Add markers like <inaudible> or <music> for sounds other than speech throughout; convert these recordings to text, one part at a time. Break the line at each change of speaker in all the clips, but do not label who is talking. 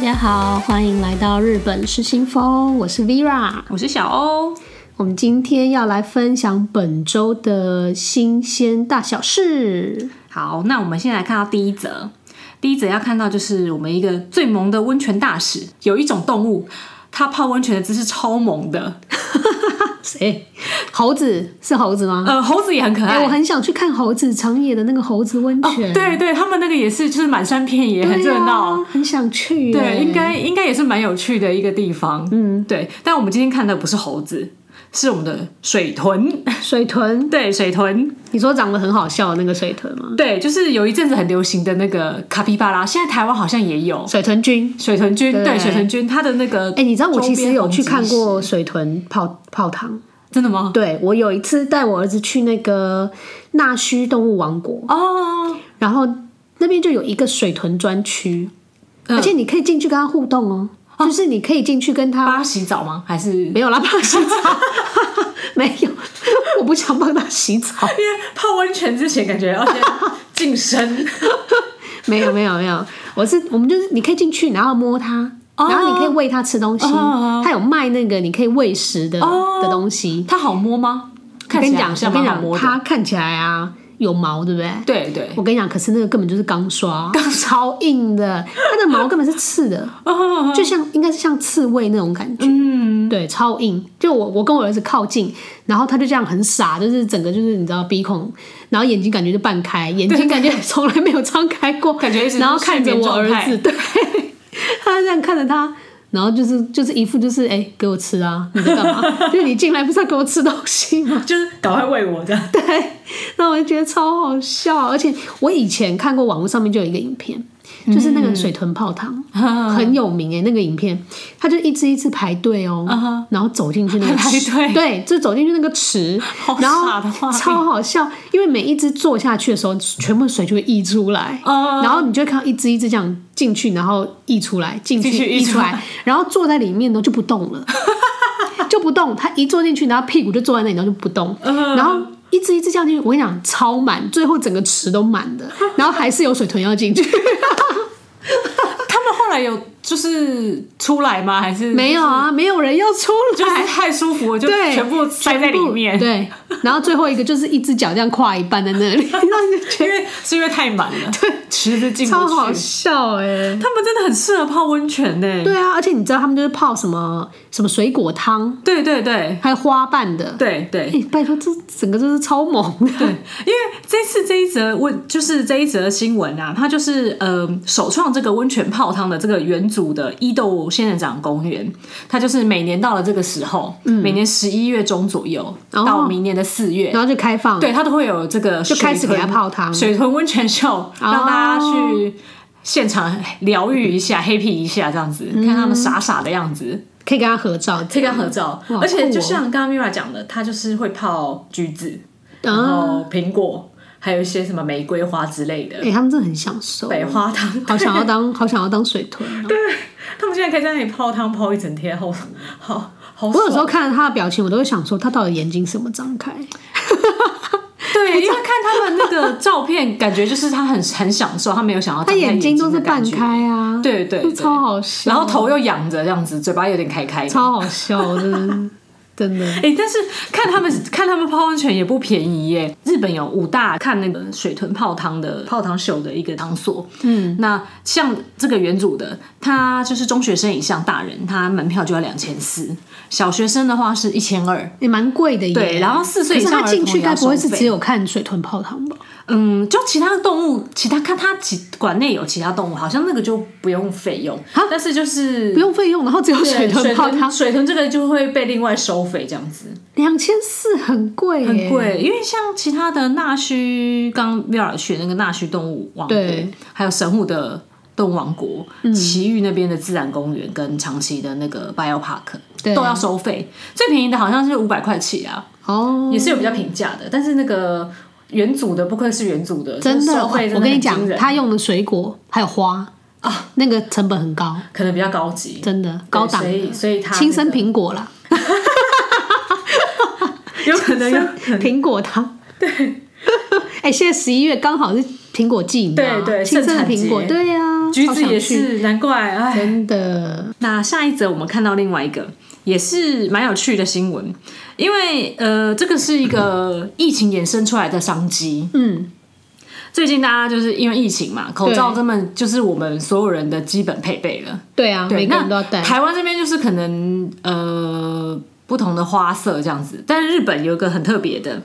家好，欢迎来到日本失心疯，我是 Vera。
我是小欧，
我们今天要来分享本周的新鲜大小事。
好，那我们先来看到第一则。第一则要看到就是我们一个最萌的温泉大使，有一种动物，它泡温泉的姿势超萌的。
谁？猴子是猴子吗？
呃，猴子也很可
哎、
爱。
我很想去看猴子长野的那个猴子温泉，
哦对对，他们那个也是，就是满山遍野，
对啊，
很热闹。
很想去耶。
对，应该应该也是蛮有趣的一个地方。嗯，对。但我们今天看的不是猴子，是我们的水豚。 <laughs>
水豚，
对，水豚。
你说长得很好笑的那个水豚吗？
对，就是有一阵子很流行的那个卡皮巴拉，现在台湾好像也有
水豚君。
水豚君。
对
对，水豚君，它的那个
哎、你知道我其
周
实
边
有
红
去
极
看
是
过水豚泡泡汤。
真的吗？
对我有一次带我儿子去那个纳须动物王国，
哦，
然后那边就有一个水豚专区，
嗯
而且你可以进去跟它互动哦，就是你可以进去跟它
<laughs> 帮他洗澡吗？还是因
没有啦，帮它洗澡， <laughs> 没有， <laughs> 我不想帮它洗
<laughs>
澡，
为泡温泉之前感觉要
<laughs>
先净身？
没有没有没有，我是我们就是你可以进去，然后摸它。
哦
然后你可以喂它吃东西，
哦
它有卖那个你可以喂食的、
哦
的东西。
它好摸吗？
我
看
跟
起
你
来
讲，
好
我
像
跟
蛮
你
好
讲，
摸的。
它看起来啊有毛，对不对？
对对，
我跟你讲，可是那个根本就是钢
<laughs>
刷，超硬的，它的毛根本是刺的，
哦
就像应该是像刺猬那种感觉，
嗯，
对，超硬。就我我跟我儿子靠近，然后他就这样很傻，就是整个就是你知道鼻孔，然后眼睛感觉就半开，眼睛感觉 <laughs> 从来没有张开过，
感觉一直
然后
是睡
看着
眠
我
状
儿
态
子，对，他这样看着他。然后就是就是一副就是哎、给我吃啊！你在干嘛？ <laughs> 就是你进来不是要给我吃东西吗？
<laughs>
<laughs>
就是赶快喂我这 <laughs> 样。
对，那我就觉得超好笑。而且我以前看过网络上面就有一个影片，就是那
嗯
个水豚泡汤、很有名诶、欸那个影片，它就一只一只排队哦、
嗯哼
然后走进去那个
还排
池，
队
对，就走进去那个池
好，
然
傻的画
后
面
超好笑，因为每一只坐下去的时候，全部水就会溢出来。
嗯
然后你就会看到一只一只这样进去，然后溢出来，进去
进去
溢
溢
出
出
来，然后坐在里面呢就不动
<laughs>
了，就不动。他一坐进去，然后屁股就坐在那里，然后就不动，
嗯
然后。一只一只这样进去，我跟你讲，超满，最后整个池都满的，然后还是有水豚要
<laughs>
进去，
他们后来有就是出来吗？还是
没有？啊，没有人要出
就
来，
是太舒服了，就
对，
全部塞在里面。
全部对，然后最后一个就是一只脚这样跨一半在那
<laughs>
里，那就觉
因为是因为太满了，对，池子进
得
不
超好
去。
笑哎、
他们真的很适合泡温泉呢。
对啊，而且你知道他们就是泡什么什么水果汤，
对对对
还有花瓣的，
对对
哎、，拜托，这整个就是超猛的。
对，因为这次这一则问，就是这一则新闻啊，它就是呃，首创这个温泉泡汤的这个原组的伊豆仙人掌公园，它就是每年到了这个时候，每年十一月中左右、
嗯哦
到明年的四月，
<laughs> 然后就开放，
对，它都会有这个就
开始给它泡汤哦
水豚温泉秀，让大家去现场疗愈一
嗯
下、happy 一下，这样子，看他们傻傻的样子。
可以跟他合照，
可以跟他合照
嗯哇，
而且
酷
就
哦
像刚刚 Mira 讲的，他就是会泡橘子，然
啊
后苹果，还有一些什么玫瑰花之类的
哎、他们真的很享受，
北花汤。
好想要当，好想要当水豚哦、
<laughs> 他们现在可以在那里泡汤泡一整天，好好好
我有
爽。
时候看着他的表情，我都会想说，他到底眼睛什么张开？
对，因为看他们那个照片，感觉就是他很很享受，他没有想要
他
张开眼
睛都是
的
半
感觉，
开啊，
对对
就
对
超好笑，
然后头又仰着这样子，嘴巴有点开开的。
超好笑，真
<laughs>
的真的。
哎、但是看他们看他们泡温泉也不便宜耶。日本有五大看那个水豚泡汤的泡汤秀的一个场所，嗯，那像这个原主的，他就是中学生以上大人，他门票就要两千四，小学生的话是一千二。
也蛮贵的耶，
对然后四岁以
可
上
是他
儿童
进去
也要
该不会
收
是
费
只有看水豚泡汤吧？
嗯，就其他的动物，其他看他其馆内有其他动物，好像那个就不用费用，但是就是
啊不用费用，然后只有
对
水豚
水
泡汤
豚，，水豚这个就会被另外收费这样子。
两千四很贵，
很。贵，嗯因为像其他的纳须，刚刚 Vera 去的那个纳须动物王国
对，嗯
还有神户的动物王国，埼玉那边的自然公园跟长崎的那个 Bio Park
对
都要收费，最便宜的好像是五百块起啊，
哦，
也是有比较平价的，但是那个原组的不愧是原组的，
真
就是
的，
收费
我
真
跟你
很
讲
惊，人，
他用的水果还有花啊，那个成本很高，
可能比较高级，对
真的高档
所，以所以它
亲生
那个
苹果啦，
有可
<laughs>
能有。
苹果汤。 <laughs> 对，哎，现在十一月刚好是苹果季，你知道吗
对对
亲生的
盛产
苹果，
节
对呀，
橘子也
好想去，
是，难怪哎。
真的，
那下一则我们看到另外一个也是蛮有趣的新闻，因为呃，这个是一个疫情衍生出来的商机。
嗯，
最近大家就是因为疫情嘛，口罩
对
根本就是我们所有人的基本配备了。
对啊，每个
那
人都要戴。
台湾这边就是可能呃不同的花色这样子，但是日本有一个很特别的，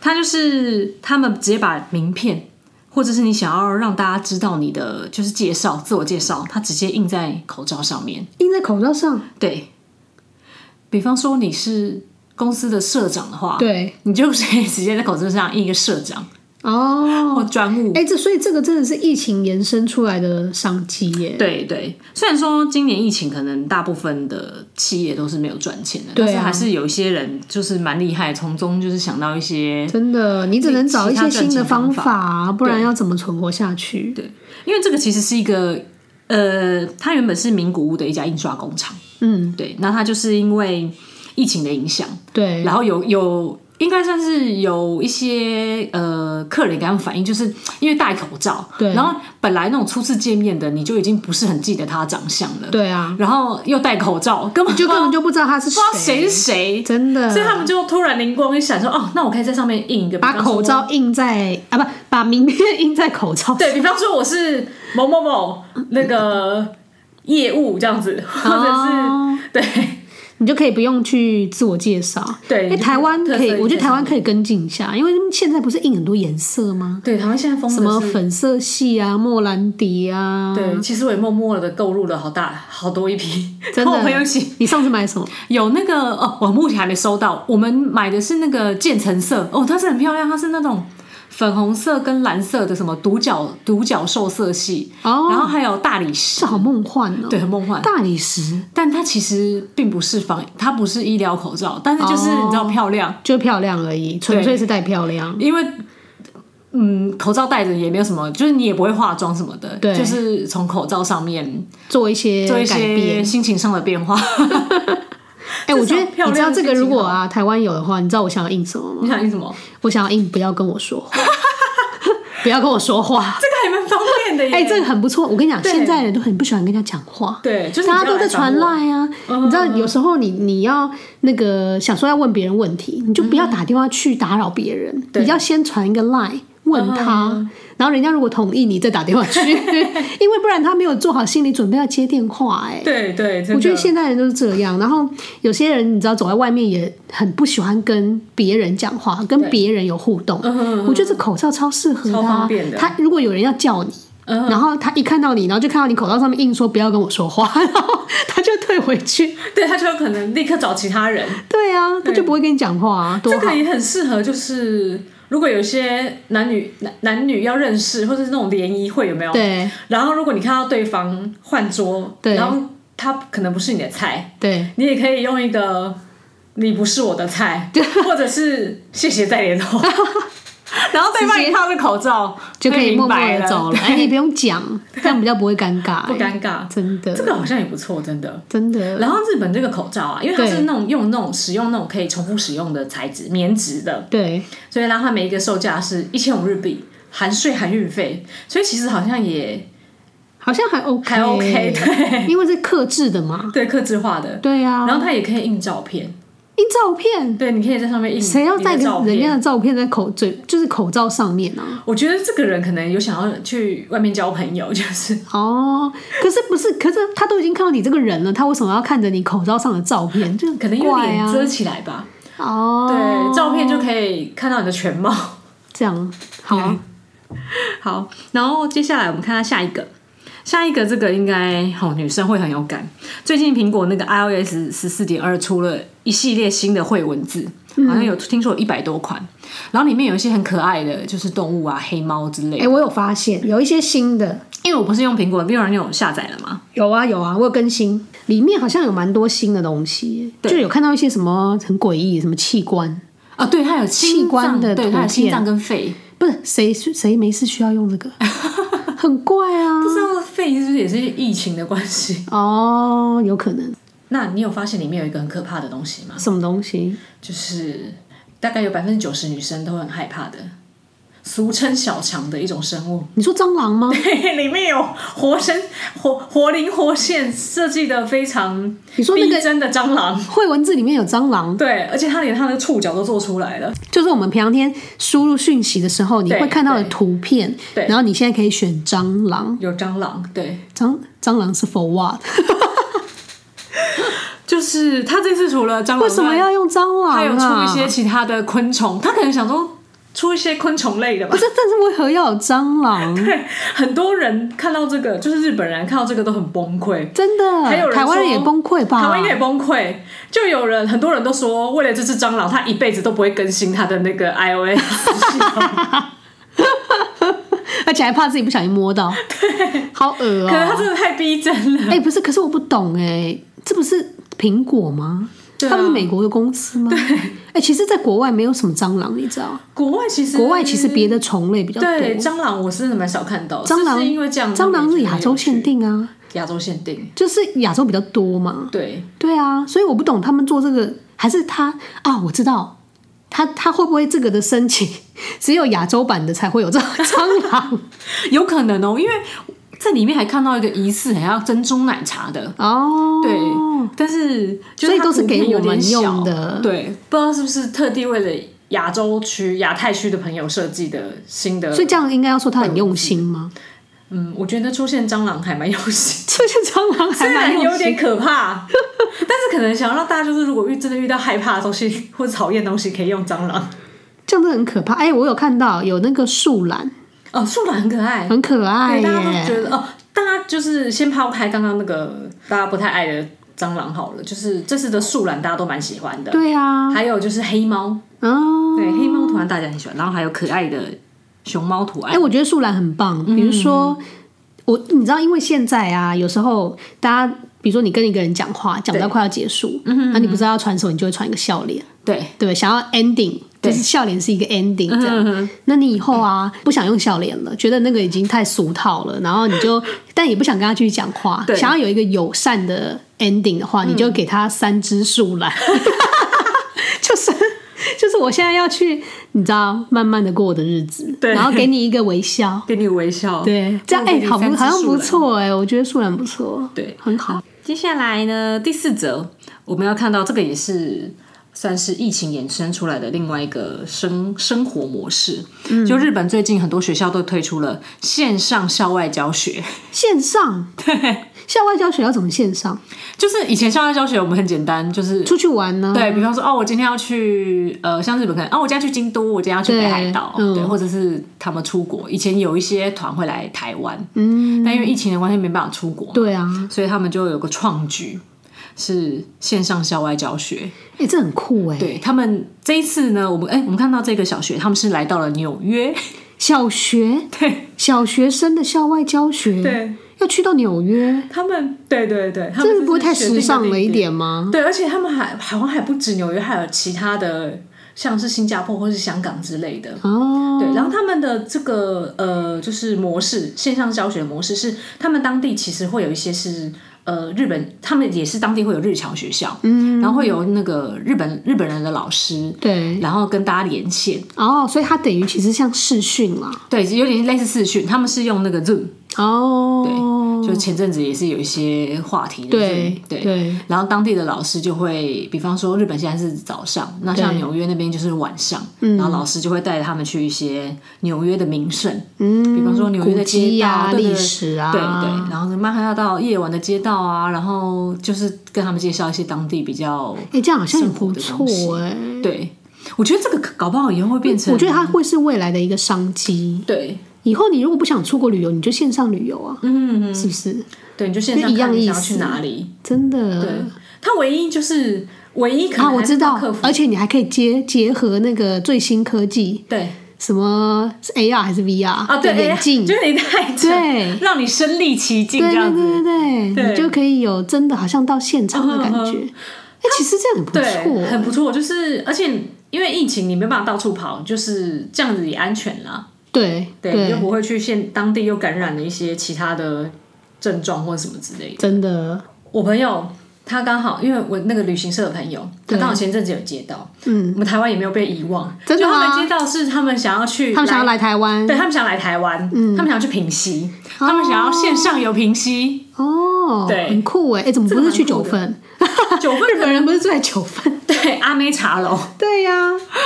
它就是他们直接把名片。或者是你想要让大家知道你的就是介绍、自我介绍，它直接印在口罩上面。
印在口罩上，
对，比方说你是公司的社长的话，，
对
你就可以直接在口罩上印一个社长或
哦，
专务。
哎、这所以这个真的是疫情延伸出来的商机耶。
对对，虽然说今年疫情可能大部分的企业都是没有赚钱的，
对啊
但是还是有一些人就是蛮厉害，从中就是想到一些，
真的，你只能找一些新的方
其他赚钱
法啊，不然要怎么存活下去？
因为这个其实是一个呃，它原本是名古屋的一家印刷工厂，
嗯，
对，那它就是因为疫情的影响，
对，
然后有有应该算是有一些呃客人给他们反映，就是因为戴口罩，
对
然后本来那种初次见面的你就已经不是很记得他的长相了，
对啊，
然后又戴口罩，根本
就根本
就
就不知道他是
不知道谁是谁，
真的。
所以他们就突然灵光一闪说，哦，那我可以在上面印一个
把口。罩印在啊，不，把名片印在口罩上。
比方说对比方说，我是某某某那个业务这样子，或者是
哦
对
你就可以不用去自我介绍。
对
哎，台湾可
特色一
以，
些
我觉得台湾可以跟进一下，因为现在不是印很多颜色吗？
对，台湾现在风
什么粉色系啊，莫兰迪啊，
对，其实我也默默的购入了好大好多一批，
真
跟
的。
我朋友一起
你上次买什
<laughs>
么？
有那个哦，我目前还没收到。我们买的是那个渐层色哦，它是很漂亮，它是那种粉红色跟蓝色的什么独角独角兽色系，然
哦，
后还有大理石
这，好梦幻哦。
对，，很梦幻。
大理石
但它其实并不是防，它不是医疗口罩，但是就是
哦
你知道漂亮，
就漂亮而已，纯粹是戴漂亮。
因为。嗯，口罩戴着也没有什么，就是你也不会化妆什么的，
对
就是从口罩上面
做一些
做一
改
些
变。
心情上的变化。 <laughs>
哎、我觉得
至少漂亮
你知道这个，
就行
如果啊台湾有的话，你知道我想要印什么吗？
你想印什么？
我想要印不要跟我说话， <laughs> 不要跟我说话。
这个还蛮方便的耶。
哎、这个很不错。我跟你讲，
对
现在人都很不喜欢跟人家讲话。
对，就是你
大
不
家
要
都在
来烦
传
我
赖啊，
嗯
你知道，有时候你你要那个想说要问别人问题，你就不要打电话去打扰别人，
嗯对嗯
你要先传一个赖问他，然后人家如果同意，你再打电话
<laughs>
去，因为不然他没有做好心理准备要接电话、哎，
对对，
我觉得
现
现代人都是这样，然后有些人你知道走在外面也很不喜欢跟别人讲话，跟别人有互动。我觉得这口罩超适合的、啊，
嗯超方便的嗯
他如果有人要叫你。然后他一看到你，然后就看到你口罩上面印说不要跟我说话， <laughs> 然后他就退回去。
<laughs> 对他就有可能立刻找其他人，
对啊，他就不会跟你讲话啊，多
这
好。
个也很适合，就是如果有些男女男男女要认识，或者是那种联谊会有没有？。
对
然后如果你看到对方换桌，
对
然后他可能不是你的菜，
对，
你也可以用一个“你不是我的菜”，或者是“谢谢再
<laughs>
联络”，然后对方一套的口罩
就可以默默
明白
的走了，哎，你不用讲，这样比较不会尴尬、
<laughs> 不
哎
尴尬。
真
这
的，
个好像也不错，真的。
真的，
然后日本这个口罩啊，因为它
对
是那种用那种使用那种可以重复使用的材质，棉质的，
对，
所以让它每一个售价是一千五日币，含税含运费，所以其实好像也
好像还 OK，
还 OK，对
因为是克制的嘛。
对，克制化的。
对啊，
然后它也可以印照片，
印照片，
对，你可以在上面印
谁要
你的
带个
照
人
片？
家的照片在口嘴，就是口罩上面啊呢、
我觉得这个人可能有想要去外面交朋友，就是
啊？哦，可是不是？可是他都已经看到你这个人了，他为什么要看着你口罩上的照片？就很
可能用
怪
脸
啊。
遮起来吧。
哦，
对，照片就可以看到你的全貌。
这样好啊、
嗯好，然后接下来我们看看下一个，下一个这个应该哦，女生会很有感。最近苹果那个 iOS 十四点二出了一系列新的绘文字，
嗯
好像有听说有一百多款，然后里面有一些很可爱的，就是动物啊、黑猫之类
哎、
的。
我有发现有一些新的，
因为我不是用苹果，因为人有下载了嘛。
有啊有啊，我有更新，里面好像有蛮多新的东西，就有看到一些什么很诡异，什么器官，
啊，对，它有心
器官
脏
的
对，
图
它有心
片
脏跟肺，
不是谁谁没事需要用这
<laughs>
个，很怪啊
不。知道肺是不是也是疫情的关系？
哦，有可能
那你有发现里面有一个很可怕的东西吗？
什么东西？
就是大概有百分之九十女生都很害怕的俗称小强的一种生物， <laughs>
你说蟑螂吗？
里面有活生活活灵活现，设计的非常
你说那个
逼真的蟑螂，
会文字里面有蟑螂，
对，而且它连它的触角都做出来了，
就是我们平常天输入讯息的时候，你
对
会看到的图片，
对
然后你现在可以选蟑螂，
有蟑螂，对，
蟑蟑螂是 for what？
就是它这次除了蟑螂，
为什么？要用蟑螂、啊？
它有出一些其他的昆虫，它可能想说出一些昆虫类的吧
不。是，但是为何要有蟑
<laughs>
螂？
对， <laughs> 很多人看到这个，就是日本人看到这个都很崩溃。
真的，
还有人
台湾人
说
也崩溃吧？
台湾应该也崩溃，就有人很多人都说，为了这只蟑螂，他一辈子都不会更新他的那个 iOS
<laughs>
系统
而且还怕自己不小心摸
<laughs>
到，好恶
可能他
哦、
真的太逼真了。
哎、不是，可是我不懂哎、这不是苹果吗？
对啊
他们是美国的公司吗？哎、其实，在国外没有什么蟑螂，你知道？
国外其实
国外其实别的虫类比较多。哦
对蟑螂，我是蛮少看到。
蟑螂
是因为这样，
蟑螂是亚洲限
定，
定啊，
亚洲限定。
就是亚洲比较多嘛。
对，
对啊，所以我不懂他们做这个，还是他啊？我知道，他他会不会这个的申请只有亚洲版的才会有这种蟑
<laughs>
螂？
有可能哦，因为在里面还看到一个疑似很像珍珠奶茶的。
哦，
对，但是就
所以
它
都是
图
给
片有
我们
点小
用的
对，不知道是不是特地为了亚洲区、亚太区的朋友设计的新的
所以这样应该要说他很用心吗？
嗯，我觉得出现蟑螂还蛮有心，
这些蟑螂 <laughs> 还
<laughs> 虽
蛮
然
用
有点
心。
可怕，但是可能想要让大家就是，如果遇真的遇到害怕的东西或者讨厌的东西，可以用蟑螂。
这样真的很可怕。哎、我有看到有那个树懒，
哦，树懒很可爱，
很可爱
对，大家都
耶。
觉得哦，大家就是先抛开刚刚那个大家不太爱的蟑螂好了，就是这次的树懒大家都蛮喜欢的，
对啊，
还有就是黑猫，
嗯，
对，黑猫图案大家很喜欢，然后还有可爱的熊猫图
哎、
案，
我觉得树懒很棒。比如说，我你知道，因为现在啊，有时候大家，比如说你跟一个人讲话，讲到快要结束，那你不知道要传什么，你就会传一个笑脸，
对，
对不对？想要 ending，就是笑脸是一个 ending 这
嗯
样。那你以后啊，不想用笑脸了，觉得那个已经太俗套了，然后你就，但也不想跟他继续讲话，
对嗯
想要有一个友善的 ending 的话，你就给他三只树懒， <laughs> 就是。就是我现在要去，你知道，慢慢的过我的日子，
对
然后给你一个微
<laughs>
笑，
给你微笑，
对，这样
给
哎、
你
好不
三只
好像
树
不
懒
错哎、我觉得素兰不错，
对
很好。
接下来呢，第四则我们要看到这个也是算是疫情衍生出来的另外一个生生活模式。
嗯
就日本最近很多学校都推出了线上校外教学， <laughs>
线上
对，
校外教学要怎么线上？
就是以前校外教学我们很简单，就是。
出去玩呢？
对比方说，哦，我今天要去呃，像日本可能，哦，我今天要去京都，我今天要去北海道，
对嗯
对，或者是他们出国。以前有一些团会来台湾，
嗯，
但因为疫情的关系没办法出国，
对啊，
所以他们就有个创举，是线上校外教学。
哎、这很酷哎、
对他们这一次呢，我们哎、我们看到这个小学，他们是来到了纽约，
小学
对
小学生的校外教学，，
对，
要去到纽约，
<laughs> 他们对对对，他们
这个不会
是
太
选定
时
的
尚
地
了一
点？
点吗？
对，而且他们还好像还不止纽约，还有其他的，像是新加坡或是香港之类的。
哦，
对，然后他们的这个呃，就是模式，线上教学模式是他们当地其实会有一些是呃日本，他们也是当地会有日侨学校，嗯，然后会有那个日本日本人的老师，
对，
然后跟大家连线，
哦，所以它等于其实像视讯啦，
对，有点类似视讯，他们是用那个 Zoom，
哦，
就前阵子也是有一些话题的
对
对
对
然后当地的老师就会，比方说日本现在是早上，那像纽约那边就是晚上，
嗯
然后老师就会带他们去一些纽约的名胜，嗯，比方说纽约的
古迹
街道、
啊、
对对
历
对
史啊，
对对，然后曼哈顿到夜晚的街道啊，然后就是跟他们介绍一些当地比较
哎、这样好像也
生活
不
的东西
错哎、
对，我觉得这个搞不好以后会变成，
我觉得它会是未来的一个商机。
对
以后你如果不想出国旅游，你就线上旅游啊，嗯，是不是？
对，你就线上
一样
看
意
你想要去
思
哪里，
真的。
他唯一就是唯一可
啊，
能
我
还
知
是
道
到客服，
而且你还可以结结合那个最新科技，
对
什么是 AR 还是 VR 啊
啊对
眼镜，
就是你戴着，
对
让你身临其境
对
这
对
样子。
对对对，
对嗯
你就可以有真的好像到现场的感觉。哎，其实这样很不
对，很
错，
不错，就是而且因为疫情，你没办法到处跑，就是这样子也安全啦。
对
对，你就不会去现当地又感染了一些其他的症状或什么之类的。
真的
我朋友他刚好因为我那个旅行社的朋友，他刚好前阵子有接到，嗯，我们台湾也没有被遗忘，
真的
就他
吗
们接到是他们想要去，
他们想要来嗯台湾
对他们想来台湾，他们想要去平溪，他们想要线上游
<laughs>
平溪，
哦，
对
很酷哎，哎，怎么不是去九份？
九份
日本人不是住在九
<laughs>
份？
对阿妹茶楼，
对呀，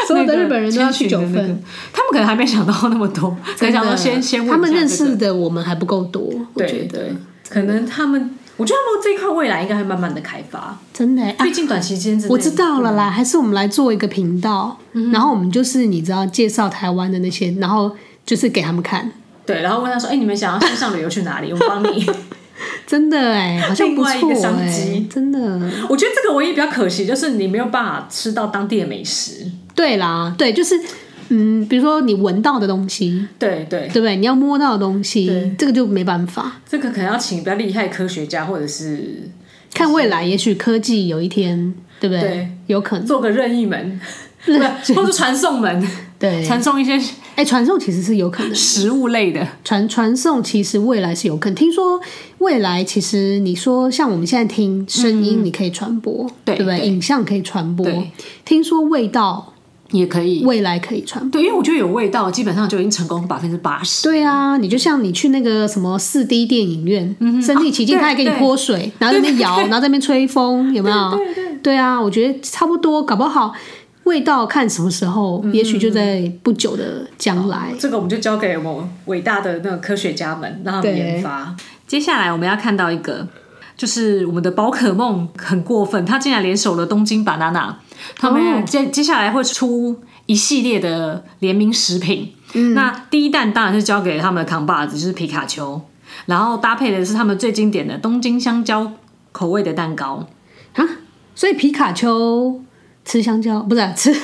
所有的日本人都要去九
那个千寻的那
份
个。，他们可能还没想到那么
<laughs>
多，可能想说先先问一下
他们认
这
识
个，
的我们还不够多，我觉
对
得
对，可能他们，我觉得他们这一块未来应该会慢慢的开发，
真的欸啊
毕竟短期间之内
我知道了啦，还是我们来做一个频道，
嗯
然后我们就是你知道介绍台湾的那些，然后就是给他们看，
对，然后问他说：“哎、你们想要线上旅游去哪里？我 <laughs> 帮你。
真的哎、好像
另
不
外一
错
个商
哎、
机
真的，”
我觉得这个唯一比较可惜就是你没有办法吃到当地的美食。
对啦，对，就是嗯，比如说你闻到的东西，
对对，
对不对？你要摸到的东西
对，
这个就没办法。
这个可能要请比较厉害的科学家，或者是
看未来，也许科技有一天，对不对？
对
有可能，
做个任意门，不
任
是或者传送门，
<laughs> 对。
传送一些
哎，传送其实是有可能的，
食物类的。
传传送其实未来是有可能。听说未来其实你说像我们现在听声音，你可以传播，
嗯对
不对？
对
影像可以传播
对，
听说味道
也可以。
未来可以传播。
对，因为我觉得有味道，基本上就已经成功百分之八十。
对啊，你就像你去那个什么四 D 电影院，身临其境，
啊
他还给你
对
泼水，然后在那边摇，然后在那边吹风，有没有？
对对
对啊，我觉得差不多，搞不好味道看什么时候，
嗯
也许就在不久的将来。
这个我们就交给我们伟大的那个科学家们，让他们
对
研发。接下来我们要看到一个，就是我们的宝可梦很过分，它竟然联手了东京 banana，他
哦
们接、接下来会出一系列的联名食品。那第一弹当然是交给他们的扛把子，就是皮卡丘，然后搭配的是他们最经典的东京香蕉口味的蛋糕。
啊，所以皮卡丘吃香蕉不是啊、吃 <laughs> 吃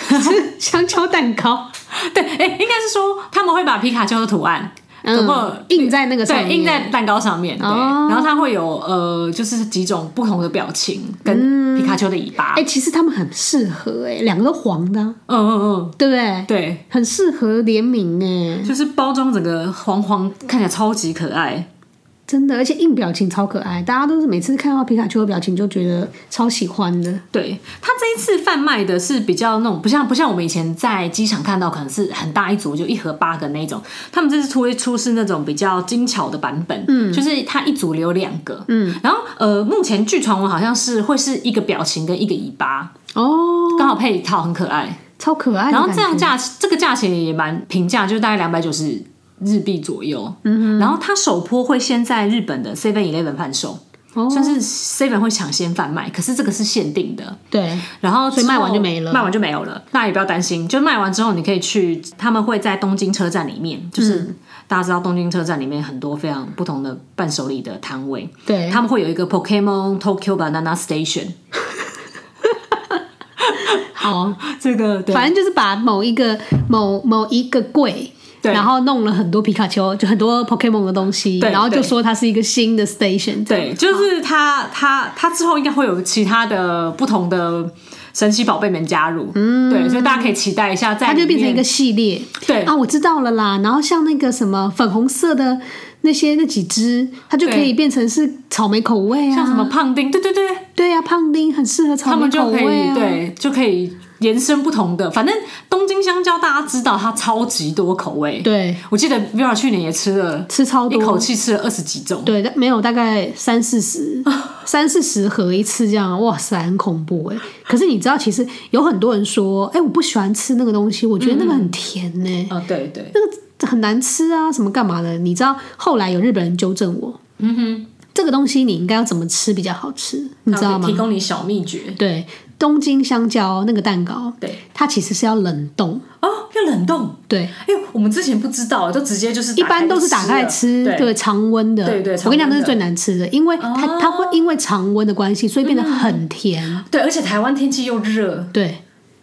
香蕉蛋糕，
对，哎、应该是说他们会把皮卡丘的图案，总共有
嗯，印在那个上面，
对，印在蛋糕上面。对，
哦
然后它会有呃，就是几种不同的表情，跟皮卡丘的尾巴。
哎、其实他们很适合哎、两个都黄的啊、
嗯嗯嗯，
对不对？
对，
很适合联名哎、
就是包装整个黄黄，看起来超级可爱。
真的，而且印表情超可爱，大家都是每次看到皮卡丘的表情就觉得超喜欢的。
对，它这一次贩卖的是比较那种不像不像我们以前在机场看到可能是很大一组就一盒八个那种，他们这次出出是那种比较精巧的版本，嗯，就是它一组留两个，嗯，然后呃，目前据传闻好像是会是一个表情跟一个尾巴，
哦，
刚好配一套，很可爱。
超可爱的感
然后
觉。
这样价这个价钱也蛮平价，就是大概两百九十日币左右。嗯，然后它首波会先在日本的 Seven Eleven 贩售，
哦
算是 Seven 会抢先贩卖，可是这个是限定的。
对，
然后
所以
之后
卖完就没了
卖完就没有了。那也不要担心，就卖完之后你可以去，他们会在东京车站里面，就是、
嗯
大家知道东京车站里面很多非常不同的伴手礼的摊位，
对
他们会有一个 Pokemon Tokyo Banana Station，
<laughs> 好，
这个对
反正就是把某一个某某一个柜。
对
然后弄了很多皮卡丘，就很多 Pokemon 的东西，
对
然后就
对
说它是一个新的 station，这样
对，就是他他他之后应该会有其他的不同的神奇宝贝们加入，嗯，对，所以大家可以期待一下在，
它就变成一个系列。
对
啊，我知道了啦。然后像那个什么粉红色的那些那几只，它就可以
对
变成是草莓口味啊。
像什么？胖丁，对对对，
对啊，胖丁很适合
他
草莓
们
口
就可
味
以
啊。，
对就可以延伸不同的，反正东京香蕉大家知道它超级多口味，
对
我记得 Vera 去年也吃了，
吃超
一口
多。
气吃了二十几种，
对，但没有大概三四 <laughs> 十，三四十盒一次这样，哇塞，很恐怖哎、可是你知道，其实有很多人说，哎、我不喜欢吃那个东西，我觉得那个很甜呢、
啊、对对，
那个很难吃啊，什么干嘛的？你知道后来有日本人纠正我，嗯哼，这个东西你应该要怎么吃比较好吃，你知道
它
吗
可以？提供你小秘诀
对，东京香蕉那个蛋糕，
对，
它其实是要冷冻，
哦，要冷冻。
对，
哎、我们之前不知道，就直接就是
一
一
般都是打开来吃，
对，
对，常温的，
对对
我跟你讲，
常温
那
的哦
是最难吃的，因为它、它会因为常温的关系，所以变得
嗯
很甜，
对，而且台湾天气又热，
对。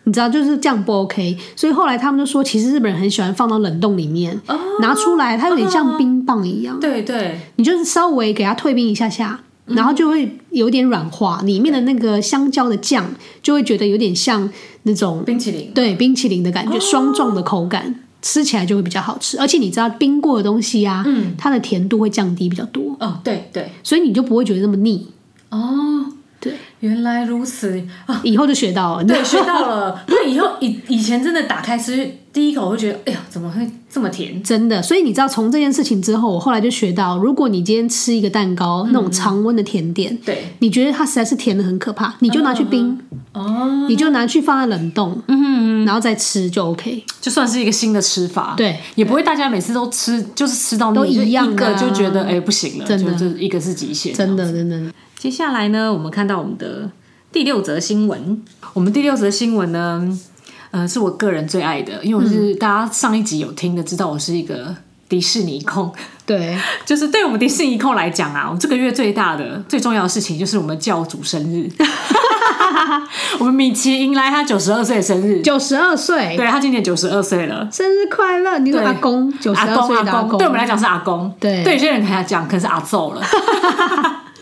你知道，就是这样不 OK，所以后来他们就说，其实日本人很喜欢放到冷冻里面，
哦
拿出来，它有点
嗯
像冰棒一样，
对对
你就是稍微给它退冰一下下，
嗯
然后就会有点软化，里面的那个香蕉的酱就会觉得有点像那种
冰哦淇淋，
对冰淇淋的感觉，霜状的口感，吃起来就会比较好吃。而且你知道，冰过的东西啊，
嗯
它的甜度会降低比较多，
哦，对对，
所以你就不会觉得那么腻。
哦，
对，
原来如此啊！
以后就学到了。 <laughs>
<laughs> 对，学到了。因为以后以以前真的打开吃第一口会觉得，哎呀，怎么会这么甜？
真的，所以你知道，从这件事情之后，我后来就学到，如果你今天吃一个蛋糕，那种常温的甜点，
嗯对，
你觉得它实在是甜的很可怕，你就拿去冰，
哦，
你就拿去放在冷冻，嗯，然后再吃就 OK。
就算是一个新的吃法，
对，
也不会大家每次都吃，就是吃到腻
都一样啊
就一个就觉得哎、不行了，
真的
就就一个是极限，
真的，真的，
接下来呢，我们看到我们的第六则新闻。我们第六则新闻呢，嗯呃，是我个人最爱的，因为我是、大家上一集有听的，知道我是一个迪士尼控，
对，
<laughs> 就是对我们迪士尼控来讲啊，我们这个月最大的、最重要的事情就是我们教主生
<laughs>
日，我们米奇迎来他九十二岁的生日，
九十二岁，
对他今年九十二岁了。
生日快乐！你说
对
阿公九十
阿
二
公
岁的
阿公，对我们来讲是阿公，
对
对有些人可能讲可能是阿揍了。 <laughs>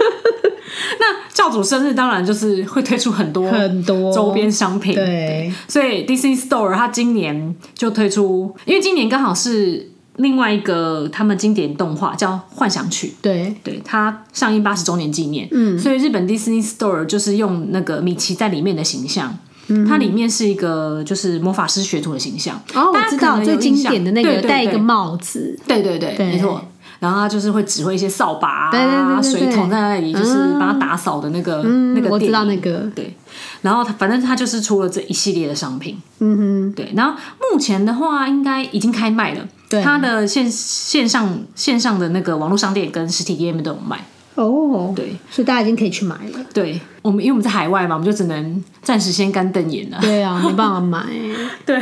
那教主生日当然就是会推出很多
很多
周边商品，
对，
所以 Disney Store 它今年就推出，因为今年刚好是另外一个他们经典动画叫《幻想曲》。
对，
对它上映八十周年纪念，嗯，所以日本 Disney Store 就是用那个米奇在里面的形象，嗯，它里面是一个就是魔法师学徒的形象，
哦，我
大家
知
可能
道
有
最经
印象
典的那
对
个
对
戴一个
对
帽子，
对对对，
对
没错。然后他就是会指挥一些扫把啊、
对对对对对
水桶在那里，就是帮他打扫的那个、那
嗯，
个
我知
店
道那
里
个，
对。然后他反正他就是出了这一系列的商品，
嗯哼，
对。然后目前的话，应该已经开卖了。
对
它的线线上线上的那个网络商店跟实体店面都有卖。
哦，
对，
所以大家已经可以去买了。
对我们，因为我们在海外嘛，我们就只能暂时先干瞪眼了。
对啊，没办法买，
对，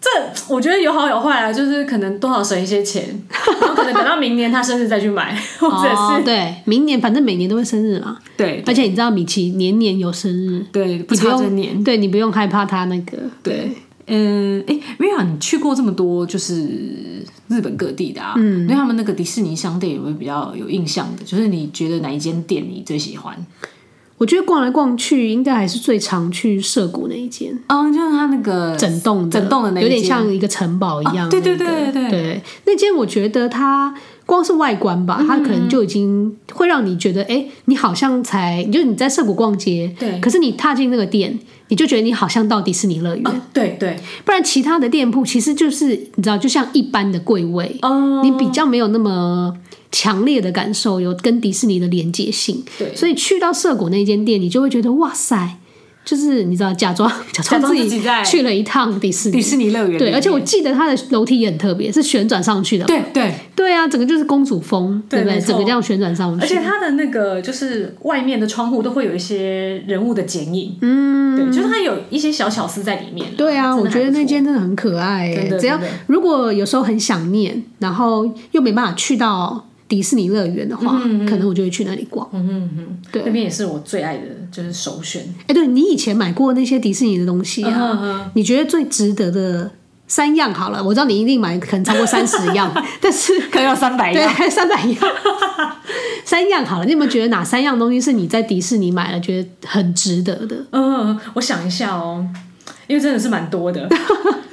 这我觉得有好有坏啊，就是可能多少省一些钱，然后可能等到明年他生日再去买， <laughs> <laughs> 或
哦，对，明年反正每年都会生日嘛，
对
而且你知道米奇年年有生日，
对，不
你不
差这
用
年。
对你不用害怕他那个，
对，嗯，哎、瑞 r 你去过这么多就是日本各地的啊，嗯，对他们那个迪士尼商店有没有比较有印象的？就是你觉得哪一间店你最喜欢？
我觉得逛来逛去应该还是最常去涩谷那一间。
嗯，就是他那个
整栋的
整栋的那一
有
间
点像一个城堡一样
啊
那个、
对对对对对
对，那间我觉得它光是外观
嗯
吧，它可能就已经会让你觉得，哎、你好像才，就是你在涩谷逛街，
对
可是你踏进那个店，你就觉得你好像到迪士尼乐园。
啊，对对，
不然其他的店铺其实就是你知道，就像一般的柜位，
哦
你比较没有那么强烈的感受有跟迪士尼的连接性。
对
所以去到涩谷那间店，你就会觉得哇塞，就是你知道，假装假装
装
自
自己
己
在
去了一趟迪士尼。
迪士尼乐园里面。
对，而且我记得它的楼梯也很特别，是旋转上去的。
对对，
对啊，整个就是公主风，
对
对不对？
没错
整个这样旋转上去，
而且它的那个就是外面的窗户都会有一些人物的剪影，嗯，对，就是它有一些小巧思在里面啦。
对啊，
真
我
的还
觉得
不
那
错
间真的很可爱、
真的
欸。只要
真的
如果有时候很想念，然后又没办法去到迪士尼乐园的
嗯
话，可能我就会去那里逛。哎、对
那边也是我最爱的，就是
<laughs>
首选。
哎对你以前买过那些迪士尼的东西啊，
嗯嗯
你觉得最值得的三样好了？我知道你一定买可能超过三十
<laughs>
样，但是
可能有三百
对，三百样，三样好了。你有没有觉得哪三样东西是你在迪士尼买了觉得很值得的？
嗯，我想一下哦，因为真的是蛮多
<laughs>
的。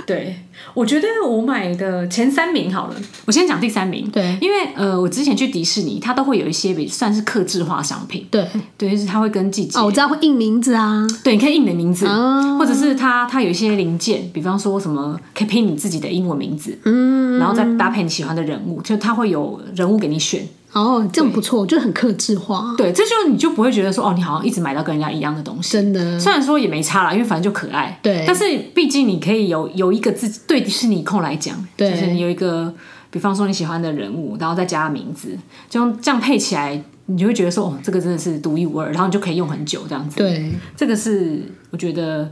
对，我觉得我买的前三名好了，我先讲第三名。
对
因为呃，我之前去迪士尼，它都会有一些比算是克制化商品，
对，
对，就是它会跟季节。
哦，我知道会印名字啊，
对，你可以印你的名字，
哦
或者是它它有一些零件，比方说什么可以拼你自己的英文名字，嗯，然后再搭配你喜欢的人物，就它会有人物给你选。
哦，这样不错，就很克制化，
对，这就你就不会觉得说哦，你好像一直买到跟人家一样的东西。
真的。
虽然说也没差啦，因为反正就可爱。
对
但是毕竟你可以有有一个自己对迪士尼控来讲，
对
就是你有一个，比方说你喜欢的人物，然后再加名字，就用这样配起来，你就会觉得说，哦，这个真的是独一无二，然后你就可以用很久这样子。，
对，
这个是我觉得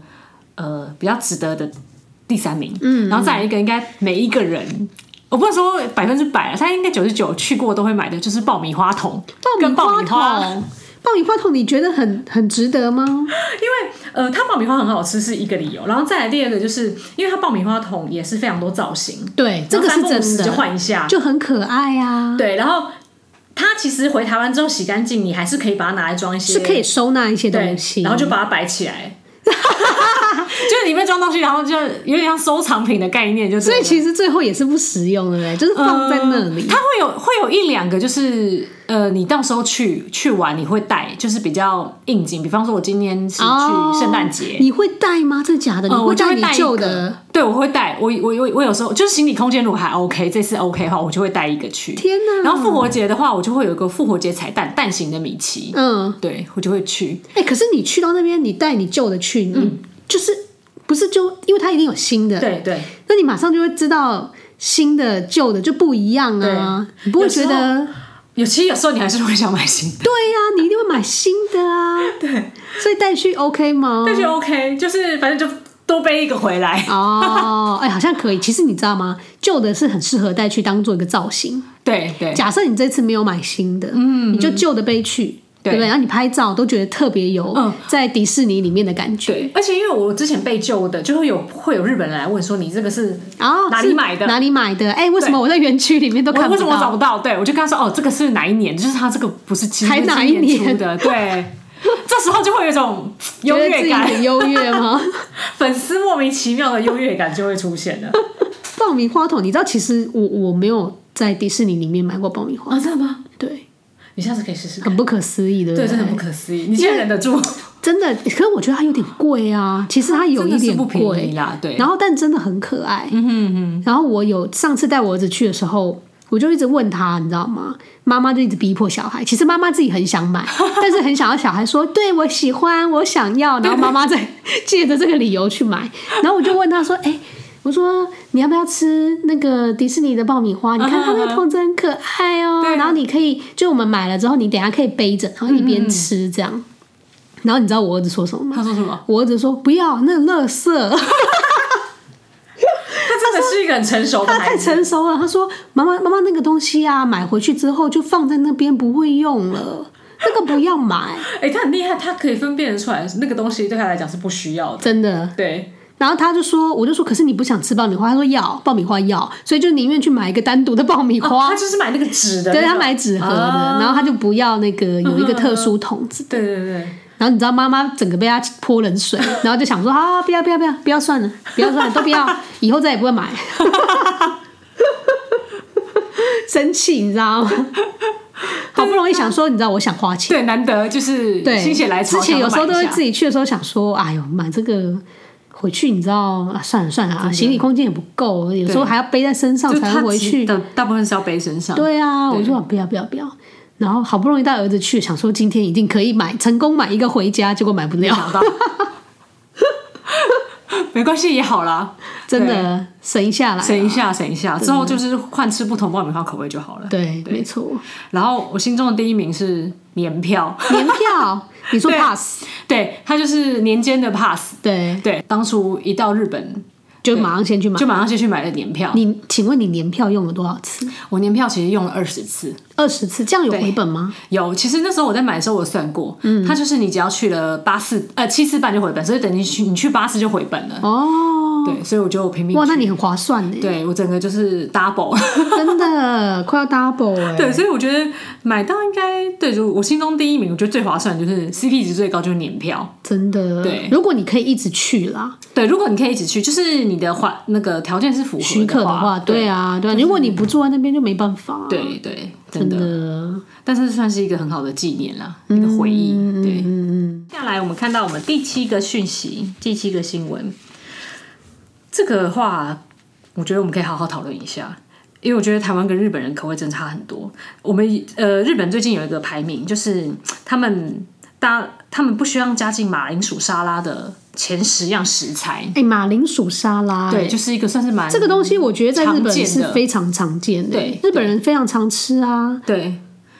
呃比较值得的第三名。嗯，然后再来一个，应该每一个人。我不能说百分之百啊，他应该九十九去过都会买的，就是爆米花筒，
爆
跟
米
爆
花
米花
筒，爆米花筒，你觉得很很值得吗？
呃，它爆米花很好吃是一个理由，然后再来第二个就是因为它爆米花桶也是非常多造型，
对，这个
然
是
后三不五
真
时
的，
就换一下，
就很可爱啊，
对，然后它其实回台湾之后洗干净，你还是可以把它拿来装一些，
是可以收纳一些
对
东西， <laughs>
然后就把它摆起来，就是里面装东西，然后就有点像收藏品的概念，就是
所以其实最后也是不实用的嘞，就是放在那里。
嗯它会有会有一两个，就是呃，你到时候去去玩，你会带，就是比较应景。比方说，我今天是
哦
去圣诞节，
你会带吗？真的假的？你
呃，我就
带
会
你
带一
旧
个
的？，
对，我会带。我我我我有时候就是行李空间如果还 OK，这次 OK 的话，我就会带一个去。
天哪！
然后复活节的话，我就会有一个复活节彩蛋蛋形的米奇，
嗯，
对我就会去。
哎、可是你去到那边，你带你旧的去，你就是不是就因为它一定有新的，
嗯对对，
那你马上就会知道新的旧的就不一样啊，你不会觉
有
得
有其实有时候你还是会想买新的。
对呀、你一定会买新的啊，
<laughs> 对，
所以带去 OK 吗？
那就 OK，就是反正就多背一个回来。
哦，哎、好像可以。其实你知道吗？旧的是很适合带去当做一个造型。
对对
假设你这次没有买新的，嗯，你就旧的背去，对
对
不对？然后你拍照都觉得特别有
嗯
在迪士尼里面的感觉。
对，而且因为我之前被救的，就会有会有日本人来问说你这个是
哦，
哪里
是
买的
哪里买的？哎、为什么我在园区里面都
我
看
为
不
什么我找
到？
不到？对，我就跟他说哦，这个是哪一年？就是他这个不是今
才
不是
哪
今
一
年出的，对。
<laughs>
这时候就会有一种
觉
优
得自
越
己
感，
很优越吗？ <laughs>
粉丝莫名其妙的优越感就会出现了。
爆米花筒，你知道，其实我我没有在迪士尼里面买过爆米花，
啊，真的吗？
对，
你下次可以试试看。
很不可思议，对不
对，真的很不可思议，你竟然忍得住，
真的，可是我觉得它有点贵啊。其实它有
真
一
的是
点
不便宜
贵，
啦。对，
然后但真的很可爱。嗯然后我有上次带我儿子去的时候，我就一直问他，你知道吗？妈妈就一直逼迫小孩。其实妈妈自己很想买， <laughs> 但是很想要小孩说：“对我喜欢，我想要。”然后妈妈再借着这个理由去买。然后我就问他说：“哎、我说你要不要吃那个迪士尼的爆米花？你看它那个筒子很可爱哦、
对
然后你可以，就我们买了之后，你等一下可以背着，然后一边吃这样。然后你知道我儿子说什么吗？
他说什么？
我儿子说不要，那垃圾。
他真的是一个很成熟的
他
孩
太
子，
成熟了。他说：“妈妈，妈妈，那个东西啊，买回去之后就放在那边，不会用了，那个不要买，
哎，他很厉害，他可以分辨得出来那个东西对他来讲是不需要的。
真的。
对，”
然后他就说：“我就说，可是你不想吃爆米花？”他说：“要爆米花要，所以就宁愿去买一个单独的爆米
哦 <laughs>
花。
他就是买那个纸的那种，
对他买纸盒的，
啊
然后他就不要那个有一个特殊桶子。
对对对，
然后你知道妈妈整个被他泼冷
<laughs>
水，然后就想说啊，不要不要不要不要算了，不要算了，都不要，以后再也不会
<laughs>
买。生气，你知
<laughs>
道吗？好不容易想说，你知道我想花钱，
对，难得就是
对，
心血来潮，
之前有时候都会自
己
己去的时候想说，哎呦，买这个回去，你知道啊，算了算了啊，行李空间也不够，有时候还要背在身上
就
才
他
能回去。
的大部分是要背身上，
对啊，我就说不要不要不要。然后好不容易带儿子去，想说今天一定可以买，成功买一个回家，结果买不了。
<laughs> 想到没关系也好 <laughs> 啦，
真的省一下来。
省一下省一下，之后就是换吃不同爆米花口味就好了。
对，没错，
然后我心中的第一名是年票，
年
<laughs>
票，你说
对
pass，
对，它就是年间的 pass，
对，
对，当初一到日本
就马上先去买。
就马上先去买了年票，
你请问你年票用了多少次？
我年票其实用了二十次。
二十次，这样有回本吗？
有，其实那时候我在买的时候，我算过，嗯，它就是你只要去了八四呃七四半就回本，所以等你去你去八四就回本了，
哦，
对，所以我就拼命
哇，那你很划算呢，
对我整个就是 double，
真的 <laughs> 快要 double 哎。
对，所以我觉得买到应该对，就我心中第一名，我觉得最划算就是 CP 值最高就是年票。
真的，
对
如果你可以一直去啦，
对，如果你可以一起去，就是你的环那个条件是符合
许可的话，对
对
啊，对啊，如果你不坐在那边就没办法啊，
对对，真
真
的，
的，
但是算是一个很好的纪念啦，一个
嗯
回忆。对，接下来我们看到我们第七个讯息，第七个新闻，这个的话，我觉得我们可以好好讨论一下。因为我觉得台湾跟日本人口味真的差很多。我们呃，日本最近有一个排名，就是他们大他们不需要加进马铃薯沙拉的前十样食材，
哎，马铃薯沙拉，哎
对，就是一个算是蛮
这个东西，我觉得在日
常
本
见
是
的
非常常见的，
对
日本人非常常吃啊，
对，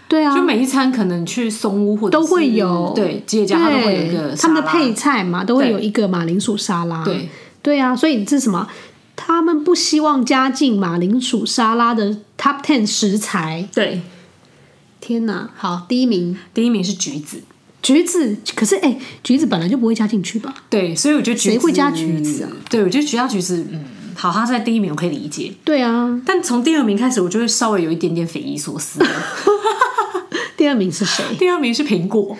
对啊，
就每一餐可能去松屋或者
都会
是
有
对吉野家，它都会有一个
对，他们的
沙拉
配菜嘛，都会
对
有一个马铃薯沙拉。
对
对啊，所以这是什么？他们不希望加进马铃薯沙拉的 Top Ten 食材。
对，
天哪，好，第一名
第一名是橘子，
橘子，可是哎、橘子本来就不会加进去吧？
对，所以我觉得橘
谁
子
会加橘子啊？
对，我觉得加橘子，嗯，好，它在第一名我可以理解，
对啊，
但从第二名开始，我就会稍
<laughs>
微有一点点匪夷所思了。
第二名是谁？
第二名是苹果，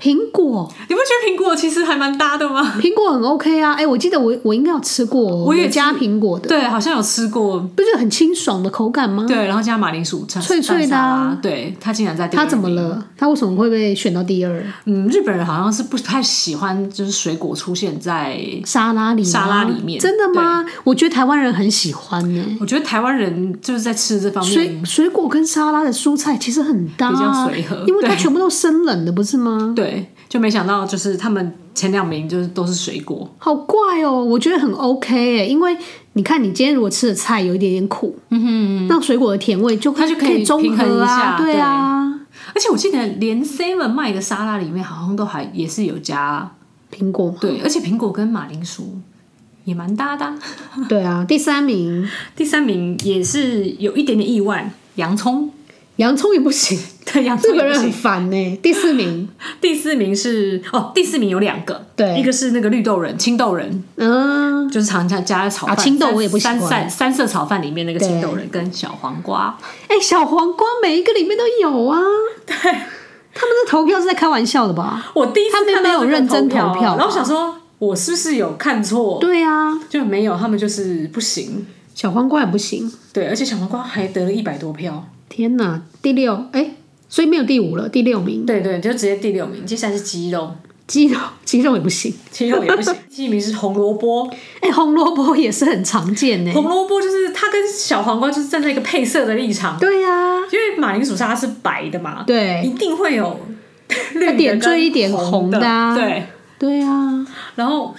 苹果，
你不觉得苹果其实还蛮搭的吗？
苹果很 OK 啊。哎、我记得我我应该有吃过，我
也
有加
吃
苹果的，
对，好像有吃过，
不是很清爽的口感吗？
对，然后加马铃薯蛋
脆脆的啊
蛋沙拉对他竟然在第二
它怎么
名？
了？它为什么会被选到第二？
嗯，日本人好像是不太喜欢就是水果出现在，
沙拉里吗，
沙拉里面
真的吗？我觉得台湾人很喜欢呢、
我觉得台湾人就是在吃这方面
水水果跟沙拉的蔬菜其实很搭、啊，
嗯比较随和
因为它
对
全部都生冷的，不是吗？
对，就没想到就是他们前两名就是都是水果，
好怪哦，我觉得很 OK 哎、因为你看，你今天如果吃的菜有一点点苦，嗯哼那水果的甜味就
它就可
可
以
以中
平衡
和
一
啊，
下
对啊，
而且我记得连 Seven 卖的沙拉里面好像都还也是有加
苹果嘛，
对，而且苹果跟马铃薯也蛮搭的啊、
<laughs> 对啊。第三名，
第三名也是有一点点意外，洋葱，
洋葱也不行，
对，洋
日
葱也
本
不
人很
行。
烦呢、第四名，
第四名是哦，第四名有两个，
对
一个是那个绿豆仁、青豆仁，
嗯，
就是常常加在炒饭、
啊青豆我也不喜
三
欢
三三色炒饭里面那个青豆仁跟小黄瓜，
哎、小黄瓜每一个里面都有啊，
对。
他们的投票是在开玩笑的吧？
我第一次
他们
看到
没有
这个
认真
投
投票
然后想说我是不是有看错？
对啊，
就没有，他们就是不行。
小黄瓜也不行，
对，而且小黄瓜还得了一百多票。
天哪，第六，哎、所以没有第五了，第六名，
对对，就直接第六名。接下来是鸡肉，
鸡肉鸡肉也不行，
<laughs> 鸡肉也
<laughs>
不行。第一名是红萝卜，
哎、红萝卜也是很常见呢、
红萝卜就是它跟小黄瓜就是站在一个配色的立场，
对呀、
因为马铃薯沙拉是白的嘛，一
对
定会
<laughs>
有绿
它
的
点缀一
跟
点
红
红的啊
对，
对呀，
然后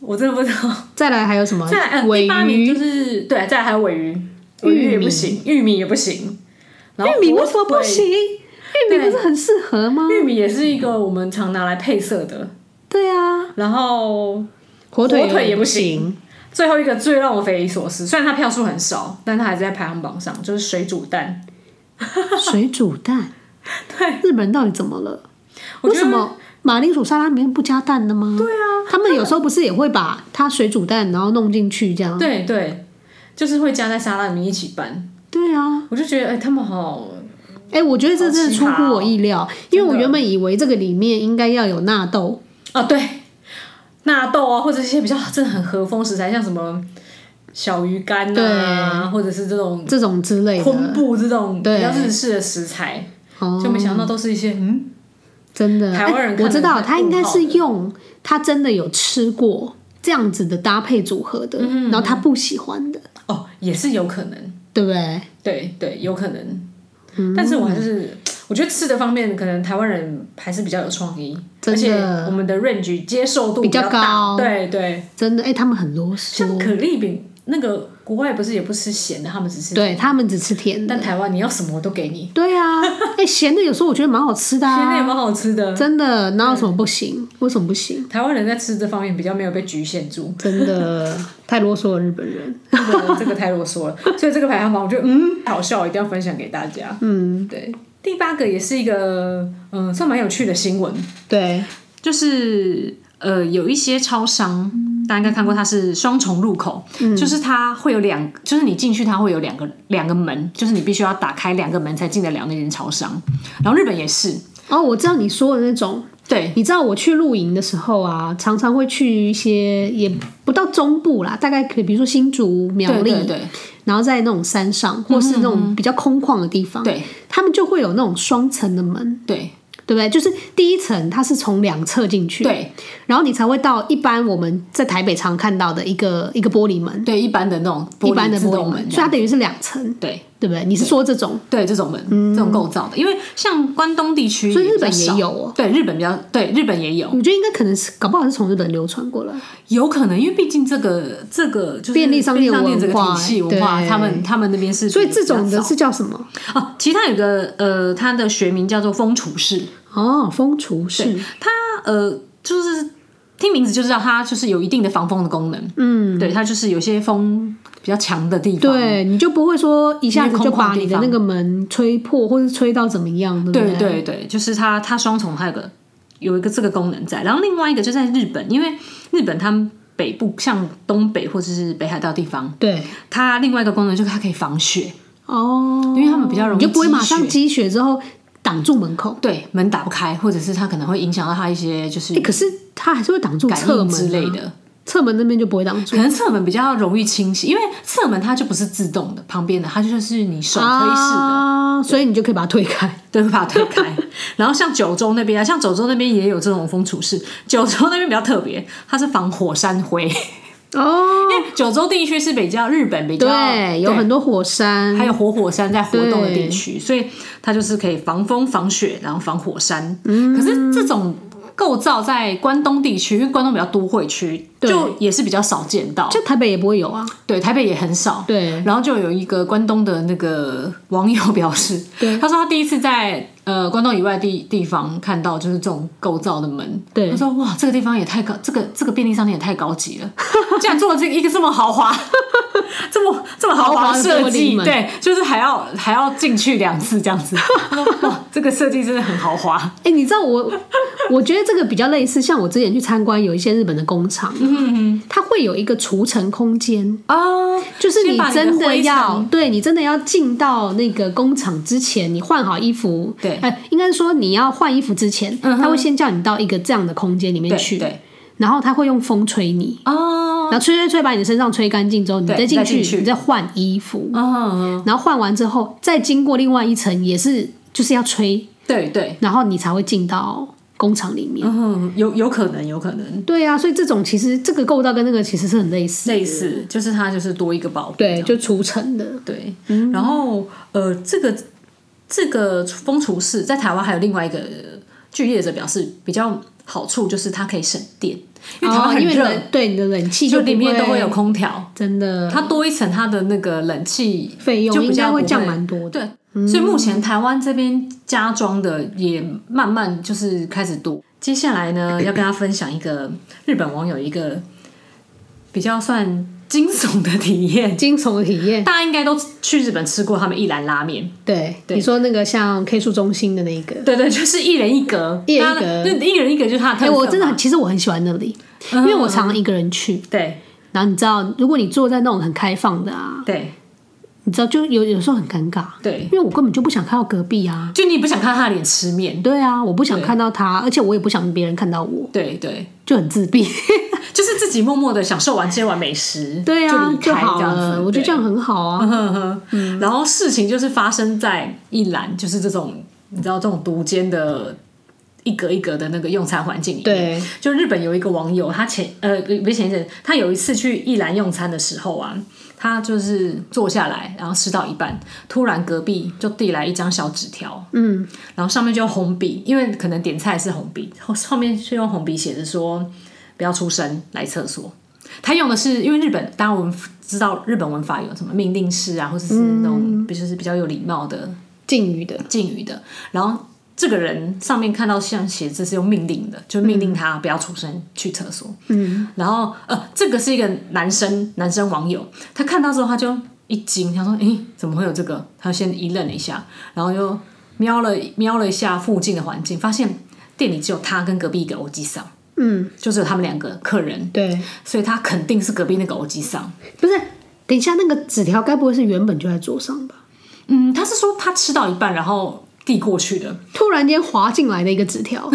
我真的不知道。
再来还有什么？
再来、呃、
尾
第八名就
鱼，
是对，再来还有尾鱼，尾鱼也不行，玉米也不行，然后
玉米为
火
什么不
腿？
行？啊玉米不是很适合吗？
玉米也是一个我们常拿来配色的，
对啊，
然后
火
腿
腿
也不
不
行。最后一个最让我匪夷所思，虽然它票数很少，但它还是在排行榜上，就是水煮蛋。
水煮蛋，
<laughs> 对，
日本人到底怎么了？
我
为
觉得
什么马铃薯沙拉里面不加蛋的吗？对啊，他们有时候不是也会把它水煮蛋然后弄进去这样？
对对，就是会加在沙拉里面一起拌。
对啊，
我就觉得，哎、他们好，
哎、我觉得这真的出
哦
乎我意料，因为我原本以为这个里面应该要有纳豆，
啊，对，纳豆啊，或者一些比较真的很和风食材，像什么小鱼干啊，或者是这种
这种之类
昆
的，
布这种比
对
较日式的食材，
哦
就没想到都是一些嗯，
真的，
台湾人
哎
看
我
得
知道
蛮
他
问
应该
号
是
的
用他真的有吃过这样子的搭配组合
嗯
的，然后他不喜欢的，
哦，也是有可能，
对不对？
对对，有可能。
嗯
但是我还是我觉得吃的方面，可能台湾人还是比较有创意，而
真的
且我们的 range 接受度
比
较
较
大
高
对对，
真的，哎、他们很啰
像
嗦，
可丽饼那个国外不是也不吃咸的，他们只吃，
对他们只吃甜
但
的，
台湾你要什么我都给你，
对啊，
<laughs>
哎、咸的有时候我觉得蛮好吃的、
咸的也
啊，
蛮好吃的。
真的，哪有什么不行？为什么不行？
台湾人在吃这方面比较没有被局限住，
真的 <laughs> 太啰嗦了，日本人。 <laughs>
这个 <laughs> 这个太啰嗦了，所以这个排行榜我觉得嗯好笑，一定要分享给大家。嗯，对。第八个也是一个嗯算蛮有趣的新闻，
对，
就是呃有一些超商，大家应该看过，它是双重入口，
嗯
就是它会有两，就是你进去它会有两个两个门，就是你必须要打开两个门才进得了那间超商。然后日本也是，
哦，我知道你说的那种，
对
你知道我去露营的时候啊，常常会去一些也不到中部啦，大概可以比如说新竹、苗
对
栗，
对对
然后在那种山上或是那种比较空旷的地方，
对
他们就会有那种双层的门，
对
对不对？就是第一层它是从两侧进去，，
对
然后你才会到一般我们在台北常看到的一个一个玻璃门，
对，一般的那种玻璃
一般的
自
玻璃
动
门，
这
所以
样
它等于是两层，
对。
对不对？你是说这种？
对这种门、这种构造的，因为像关东地区，
所以日本
也
也
比较
有
少
哦
对，日本比较对，日本也有，
我觉得应该可能是，搞不好是从日本流传过来。
有可能，因为毕竟这个这个就是
便利商店
便利这个
文化
体系文化，
对
他们他们那边是比较
所
少，
以这种的是叫什么？
哦，其他有个呃，它的学名叫做风厨式，
哦，风厨
对
师，
它呃就是听名字就知道它就是有一定的防风的功能，
嗯，
对，它就是有些风比较强的地方，
对，你就不会说一下子就把
因为空旷地
你的
方
那个门吹破，或者吹到怎么样，对不
对
对？
对对，就是它它双重它有个有一个这个功能在，然后另外一个就在日本，因为日本他们北部像东北或者是北海道地方，
对
它另外一个功能就是它可以防雪，
哦，
因为他们比较容易
你就不会马上积
积雪
雪之后打挡住门口。
对，门打不开，或者是它可能会影响到它一些就是
哎、可是它还是会挡住
感
侧
应
门、啊、
之类，的。
侧门那边就不会挡住
可。能侧门比较容易清洗，因为侧门它就不是自动的，旁边的它就是你手推式的，
啊，所以你就可以把它推开。
对，会把它推开。然后像九州那边啊，像九州那边也有这种风厨室，九州那边比较特别，它是防火山灰。
哦，
因为九州地区是比较日本比较
对，有很多火山，
还有活火山在活动的
对
地区，所以它就是可以防风、防雪，然后防火山。嗯、可是这种构造在关东地区，因为关东比较都会区，
对
就也是比较少见到。
就台北也不会有啊。
对，台北也很少。
对，
然后就有一个关东的那个网友表示，
对
他说他第一次在呃关东以外地地方看到就是这种构造的门，
对
他说哇这个地方也太高，这个这个便利商店也太高级了， <laughs> 竟然做了这个一个这么豪华， <laughs> 这么这么豪
豪华
华
的
的设
玻璃
计，
门
对，就是还要还要进去两次这样子， <laughs> 他说哇这个设计真的很豪华，
哎、你知道我，我觉得这个比较类似，像我之前去参观有一些日本的工厂啊，
嗯
它会有一个除尘空间，
啊、
就是
先
你
把你的
真的
灰尘
要，对你真的要进到那个工厂之前，你换好衣服，
对
呃，应该是说你要换衣服之前，
嗯哼
他会先叫你到一个这样的空间里面
对
去，
对
然后他会用风吹你，
哦，
然后吹吹吹把你的身上吹干净之后，你
对
再进
再进去
你再换衣服，
嗯，
然后换完之后再经过另外一层，也是就是要吹，
对对，
然后你才会进到工厂里面。
嗯，有有可能有可能。
对啊，所以这种其实这个构造跟那个其实是很类似的，
类似，就是它就是多一个保护。
对，就除尘的，
对，然后呃，这个这个风厨室在台湾还有另外一个据业者表示比较好处就是它可以省电，因为台
哦
湾很
因为
热，
冷对你的冷气
就
不
里面都会
会
有空调，
真的，
它多一层它的那个冷气
费用
就比
应该
较
会
不
降蛮多的。嗯
对。所以目前台湾这边家装的也慢慢就是开始多。接下
<coughs>
来呢，要跟大家分享一个日本网友一个比较算惊悚的体验。
惊悚的体验，
大家应该都去日本吃过他们一兰拉面，
对，你说那个像 K 数中心的那个，
对对，就是一人一格，
一人一
大家
格
对，一人一格就是他的特
哎、
色嘛。
我真的很其实我很喜欢那里，
嗯
因为我常常一个人去，
对
然后你知道，如果你坐在那种很开放的啊，
对
你知道就有有时候很尴尬，
对
因，为我根本就不想看到隔壁啊，
就你不想看他的脸吃面，
对啊，我不想看到他，而且我也不想别人看到我，
对对，
就很自闭，
就是自己默默的享受完吃完美食，
对啊，
就离开
好
这样
了，
子，
我觉得
对嗯
这样很好啊，
然后事情就是发生在一兰，就是这种你知道这种独间的。一格一格的那个用餐环境里面，
对，
就日本有一个网友，他前呃不是前一阵，他有一次去一兰用餐的时候啊，他就是坐下来，然后吃到一半，突然隔壁就递来一张小纸条，
嗯，
然后上面就用红笔，因为可能点菜是红笔，后后面是用红笔写着说不要出声，来厕所。他用的是因为日本，当然我们知道日本文法有什么命令式啊，或者是那种比就是比较有礼貌的
禁嗯语的，
敬语的。然后这个人上面看到像写字是用命令的，就命令他不要出声去厕所。嗯，然后呃，这个是一个男生男生网友，他看到之后他就一惊，他说：“诶，怎么会有这个？”他先一愣了一下，然后又瞄了瞄了一下附近的环境，发现店里只有他跟隔壁一个欧吉桑，
嗯，
就只有他们两个客人，
对，
所以他肯定是隔壁那个欧吉桑。
不是，等一下那个纸条该不会是原本就在桌上吧？
嗯，他是说他吃到一半，然后递过去的。
突然间滑进来的一个纸
<laughs>
条，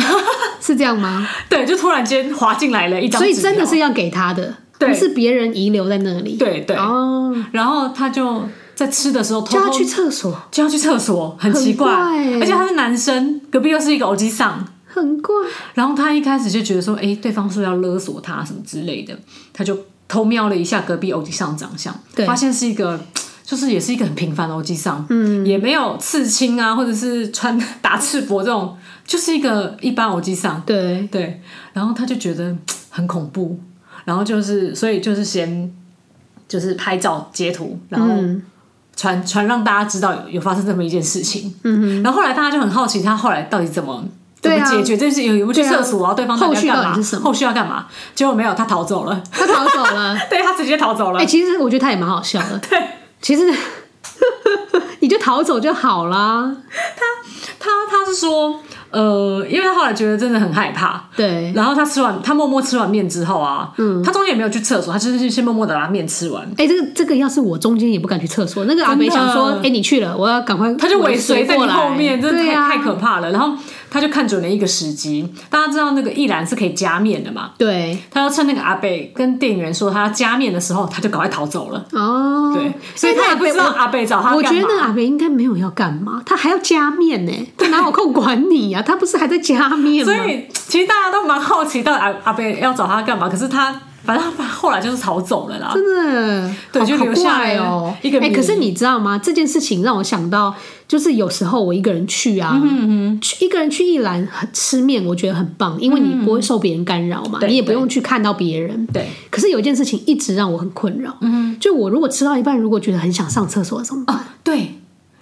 是这样吗？
对，就突然间滑进来了一张
所
纸条，
以真的是要给他的，
对
不是别人遗留在那里。
对对
哦，
然后他就在吃的时候偷
叫
偷
他去厕所，
就要去厕所，很奇怪，
很怪欸
而且他是男生，隔壁又是一个欧吉桑，
很怪。
然后他一开始就觉得说，哎，对方说要勒索他什么之类的，他就偷瞄了一下隔壁欧吉桑长相
对，
发现是一个。就是也是一个很平凡的欧吉桑，嗯，也没有刺青啊，或者是穿 <laughs> 打赤膊这种，就是一个一般欧吉桑，
对，
对，然后他就觉得很恐怖，然后就是所以就是先就是拍照截图，然后
嗯
传传、让大家知道有有发生这么一件事情。嗯，然后后来大家就很好奇他后来到底怎么。怎
对
么
啊
解决这件事情？有没有去
对啊
厕所啊？对方到底
后续
要干
到底
嘛
是什？么
后续要干嘛？结果没有，他逃走了。 <laughs>
他逃走了。
对他直接逃走了。
哎、其实我觉得他也蛮好笑的。
对，
其实 <laughs> 你就逃走就好啦。
他他是说，呃，因为他后来觉得真的很害怕，
对，
然后他吃完，他默默吃完面之后啊，嗯，他中间也没有去厕所，他就是先默默的把面吃完，
哎、这个这个要是我中间也不敢去厕所，那个阿梅想说，哎、你去了，我要赶快，
他就尾随在你
过来
后面，真的
对
太、
啊、
太可怕了。然后他就看准了一个时机，大家知道那个一兰是可以加面的嘛，
对
他要趁那个阿贝跟店员说他要加面的时候，他就赶快逃走了。
哦，
对，所以
那
他也
阿
不
北
知道阿贝找他
我觉得
干嘛。
那个阿北应该没有要干嘛，他还要加面
<laughs>
呢、他哪有空管你呀、啊？他不是还在加面吗？
所以其实大家都蛮好奇，到底阿阿贝要找他干嘛？可是他反正他后来就是逃走了啦。
真的，
对
好
就
好
留下来
怪哦、
一个
哎、
谜
可是你知道吗？这件事情让我想到，就是有时候我一个人去啊，嗯嗯，去一个人去一兰吃面，我觉得很棒，因为你不会受别人干扰嘛，
嗯对
你也不用去看到别人。
对，
可是有一件事情一直让我很困扰，嗯，就我如果吃到一半，如果觉得很想上厕所怎么办？
啊，对，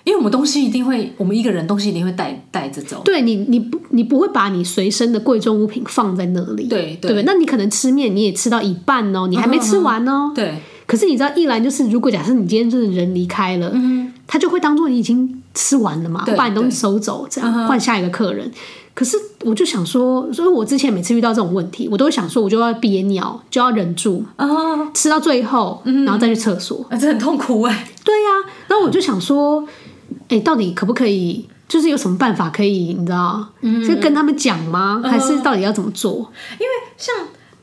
因为我们东西一定会，我们一个人东西一定会带带着走。
对你，你不，你不会把你随身的贵重物品放在那里，
对嗯
对不
对
那你可能吃面你也吃到一半哦，你还没吃完哦，
对，
可是你知道，一兰就是，如果假设你今天真的人离开了，嗯，他就会当做你已经吃完了嘛，
对
我把你东西收走，这样换下一个客人。可是我就想说，所以我之前每次遇到这种问题，我都会想说，我就要憋尿，就要忍住，
哦，
吃到最后，然后再去厕所。
啊这很痛苦哎、
对呀、然后我就想说，哎、到底可不可以？就是有什么办法可以，你知道，就跟他们讲吗？还是到底要怎么做？
因为像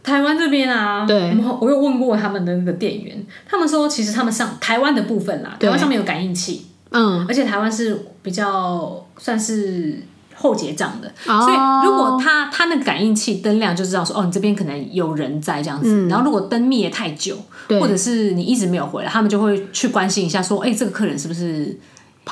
台湾这边啊，
对
我们我有问过他们的那个店员，他们说其实他们上台湾的部分啦，
对
台湾上面有感应器，
嗯，
而且台湾是比较算是。后结账的，
哦
所以如果他他那个感应器灯亮就知道说哦，你这边可能有人在这样子。然后如果灯灭太久，
嗯对
或者是你一直没有回来，他们就会去关心一下说，哎、这个客人是不是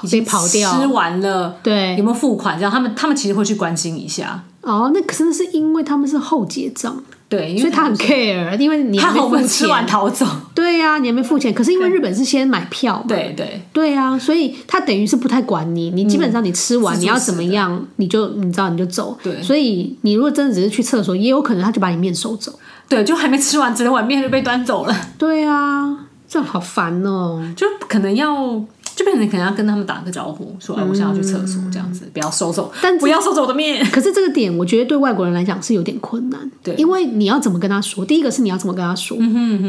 已经
被跑掉
吃完了，
对
有没有付款？这样他们他们其实会去关心一下，
哦，那可是那是因为他们是后结账，
对，因
所
为
以他很 care，因为你还
怕
没
我们
付
吃
钱。
完逃走。
对呀、你还没付钱，可是因为日本是先买票嘛，
对对，
对呀、所以他等于是不太管你，你基本上你吃完、
嗯是
你要怎么样，你就你知道你就走。
对
所以你如果真的只是去厕所，也有可能他就把你面收走。
对，就还没吃完，整碗面就被端走了，
对啊，这样好烦哦、
就可能要。就变成可能要跟他们打个招呼，说哎，我想要去厕所，这样子，不要收走，
嗯但
不要收走我的面。 <laughs>
可是这个点，我觉得对外国人来讲是有点困难，
对嗯
因为你要怎么跟他说？第一个是你要怎么跟他说，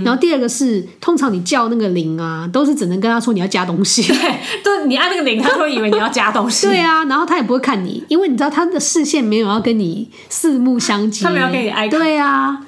然后第二个是通常你叫那个铃啊，都是只能跟他说你要加东西，
对，对你按那个铃，他就会以为你要加东西， <laughs>
对啊，然后他也不会看你，因为你知道他的视线没有要跟你四目相接，
他没有跟你 eye contact
对啊，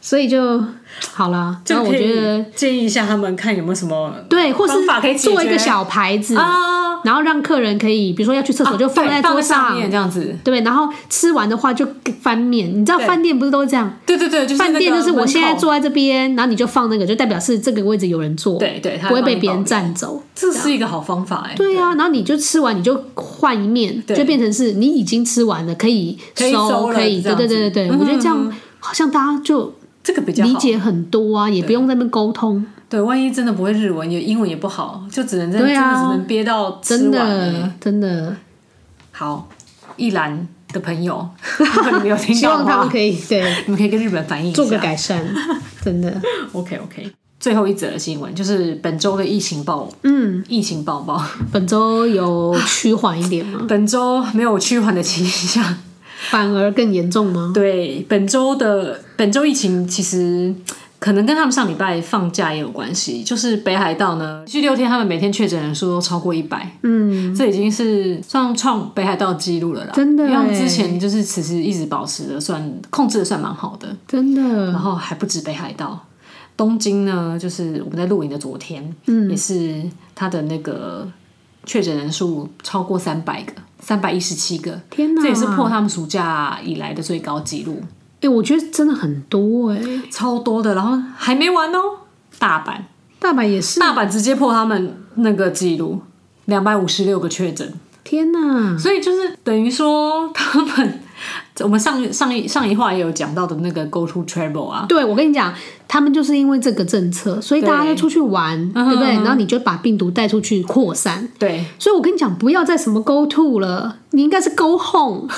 所以就好啦。然
就
后我
可以
觉得
建议一下他们看有没有什么
对，或是
方法可以解决
做一个小牌子，
啊，
然后让客人可以，比如说要去厕所嗯就放
对
在
放
桌
上
上，
面这样子。
对，然后吃完的话就翻面。你知道
对
饭店不是都是这样？
对对对，就是
饭
那
店
个
就是我
门
现在
口，
坐在这边，然后你就放那个，就代表是这个位置有人坐，
对对他
不会
帮
被
你
别人
保留
占走。
这是一个好方法哎。
对呀、然后你就吃完你就换一面，
对
就变成是你已经吃完了，可以
可以收了
可以，对
这样
对
子
对对对，
嗯
我觉得这样好像大家就
这个比较好
理解很多啊，也不用在那边沟通，
对，万一真的不会日文，也英文也不好，就只能在
对
真
啊
的只能憋到吃
真
完欸
的真的，
好，一兰的朋
<laughs>
友，如果你们有听
希
到的
望他
话
们，可以
<laughs>
对
你们可以跟日本反映一下。
做个改善，
啊
真的，
OK OK。最后一则新闻就是本周的疫情报，
嗯，
疫情报报，
本周有趋缓一点
<laughs>
吗？
本周没有趋缓的倾向。
反而更严重吗？
对，本周的本周疫情其实。可能跟他们上礼拜放假也有关系，就是北海道呢，连续六天他们每天确诊人数都超过一百，
嗯，
这已经是算创北海道记录了啦。
真的
因为他们
欸
之前就是其实一直保持的算控制的算蛮好的，
真的
然后还不止北海道，东京呢，就是我们在录影的昨天，也是它的那个确诊人数超过三百个，三百一十七个，
天哪
这也是破他们暑假以来的最高纪录，
哎、我觉得真的很多哎、
超多的，然后还没完哦，大阪，
大阪也是，
大阪直接破他们那个纪录，两百五十六个确诊，
天哪，
所以就是等于说他们。我们上上一上一话也有讲到的那个 Go to Travel 啊，
对，我跟你讲，他们就是因为这个政策，所以大家都出去玩，对不
嗯
对？然后你就把病毒带出去扩散。
对， <laughs>
所以我跟你讲，不要再什么 go to 了，你应该是 go home，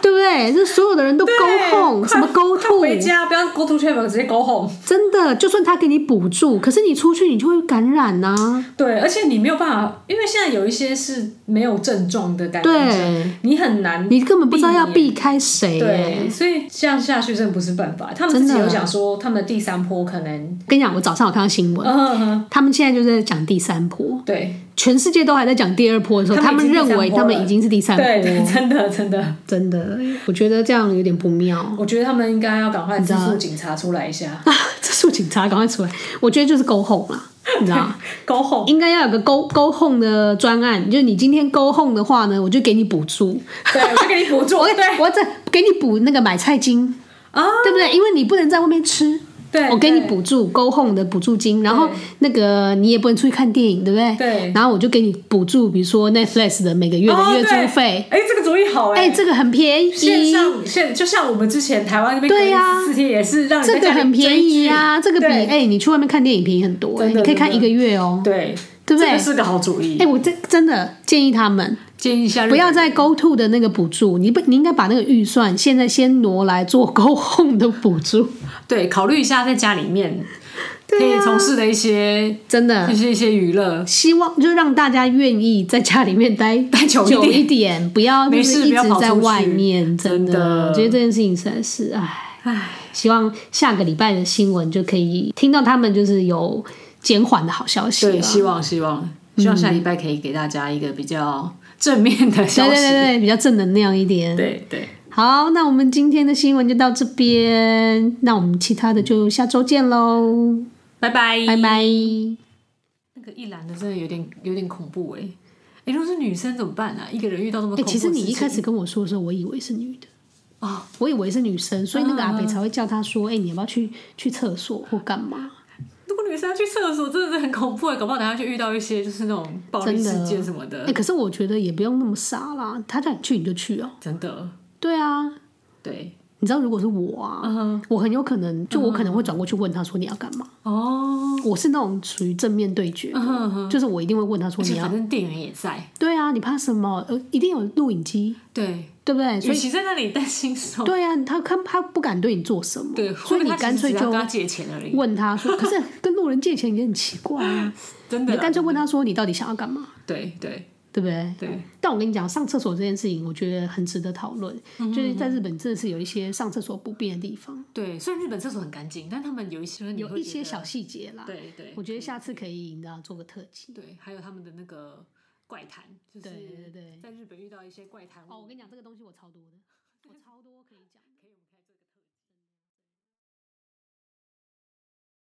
对不对？这所有的人都 go home，什么 go to，
回家不要 go to travel，直接 go home。
真的，就算他给你补助，可是你出去你就会感染呐、啊。
对，而且你没有办法，因为现在有一些是没有症状的感染者
对，
你很难，
你根本不知道要
避
避开谁、
对，
欸。
所以这样下去真的不是办法。他们
真
自
的
己有讲说，他们的第三波可能，
跟你讲，我早上有看到新闻，
嗯嗯，
他们现在就在讲第三波，
对，
全世界都还在讲第二波的时候，他
他们
们
已经
认为
第三波
他
了
们已经是第三波，
对，对真的真的，
真的，我觉得这样有点不妙。
我觉得他们应该要赶快资助警察出来一下，
啊， <laughs> 这是我警察赶快出来，我觉得就是 go home 啦，你知道
<laughs>
吗？
go home。
应该要有个 go go home 的专案，就是你今天 go home 的话呢，我就给你补助，
对，我就给你补助。
我
对
我这给你补那个买菜金，
啊，
对不对？因为你不能在外面吃，
对，
我给你
对。
补助 go home 的补助金，然后那个你也不能出去看电影，对不对？
对
然后我就给你补助，比如说 Netflix 的每个月的
哦
月
对
租费，
哎，这个主意好
哎、
哎。
这个很便宜，
线上线就像我们之前台湾那边
对呀
隔离四天也是让你在
这个
家里
很便宜啊，
追
这
剧
个比
对
哎、你去外面看电影便宜很多、哎
真的
你可以看
真
一
的
个月哦、
对
对不对
这个是个好主意。
哎、我这真的建议他们
建议一下日
不
本
要再 Go To 的那个补助，你不你应该把那个预算现在先挪来做 Go Home 的补助，
对考虑一下在家里面可
对
以
呀
从事的一些
真
一
的。
些一些娱乐。
希望就让大家愿意在家里面待
待久一
久
点
一点，不要就
没
是
事
一
不要
直
跑
在
出去
外面。真
真的
我觉得这件事情实在是，唉，
唉，
希望下个礼拜的新闻就可以听到他们就是有减缓的好消息啊了。
对，希望希望希望下礼拜可以给大家一个比较正面的
对
消
对
息。
对对，比较正能量一点。
对对，
好，那我们今天的新闻就到这边，那我们其他的就下周见喽，
拜拜
拜拜。
那个一栏的真的有点有点恐怖哎、欸。哎、如果是女生怎么办啊？一个人遇到这么
哎、
恐怖的
其
事
实
情、
你一开始跟我说的时候，我以为是女的，
啊、
我以为是女生，所以那个阿北才会叫她说：“哎、你要不要去去厕所或干嘛
如果女生要去厕所，真的是很恐怖哎、搞不好等下就遇到一些就是那种暴力
真的
事件什么？”的，
哎、可是我觉得也不用那么傻啦，他叫你去你就去哦、
真的
对啊，
对
你知道如果是我啊，
嗯
我很有可能就我可能会转过去问他说你要干嘛。
哦，
我是那种属于正面对决的就是我一定会问他说
嗯而
你
且
要
反正店员也在，
对啊，你怕什么？呃，一定有录影机，
对，
对不对？哎所
与
以
其在那里担心什么，
对啊，他他他不敢对你做什么，
对，
所以你
或者他
干脆
其实只
就
要跟他借钱而已，
问他说，可是跟路人借钱也很奇怪啊，
<laughs> 真的
你
啦
干脆问他说你到底想要干嘛，
对对
对不对？
对，
但我跟你讲，上厕所这件事情，我觉得很值得讨论，
嗯
就是在日本真的是有一些上厕所不便的地方，
对，虽然日本厕所很干净，但他们有一些你
有
嗯会
一
觉
些
得
小细节啦。
对对
我觉得下次可以，你知道做个特辑。
对，还有他们的那个怪谈，就
对对
是
对
在日本遇到一些怪谈。
哦哦，我跟你讲，这个东西我超多的，我超多可以讲。
可以，我们可以。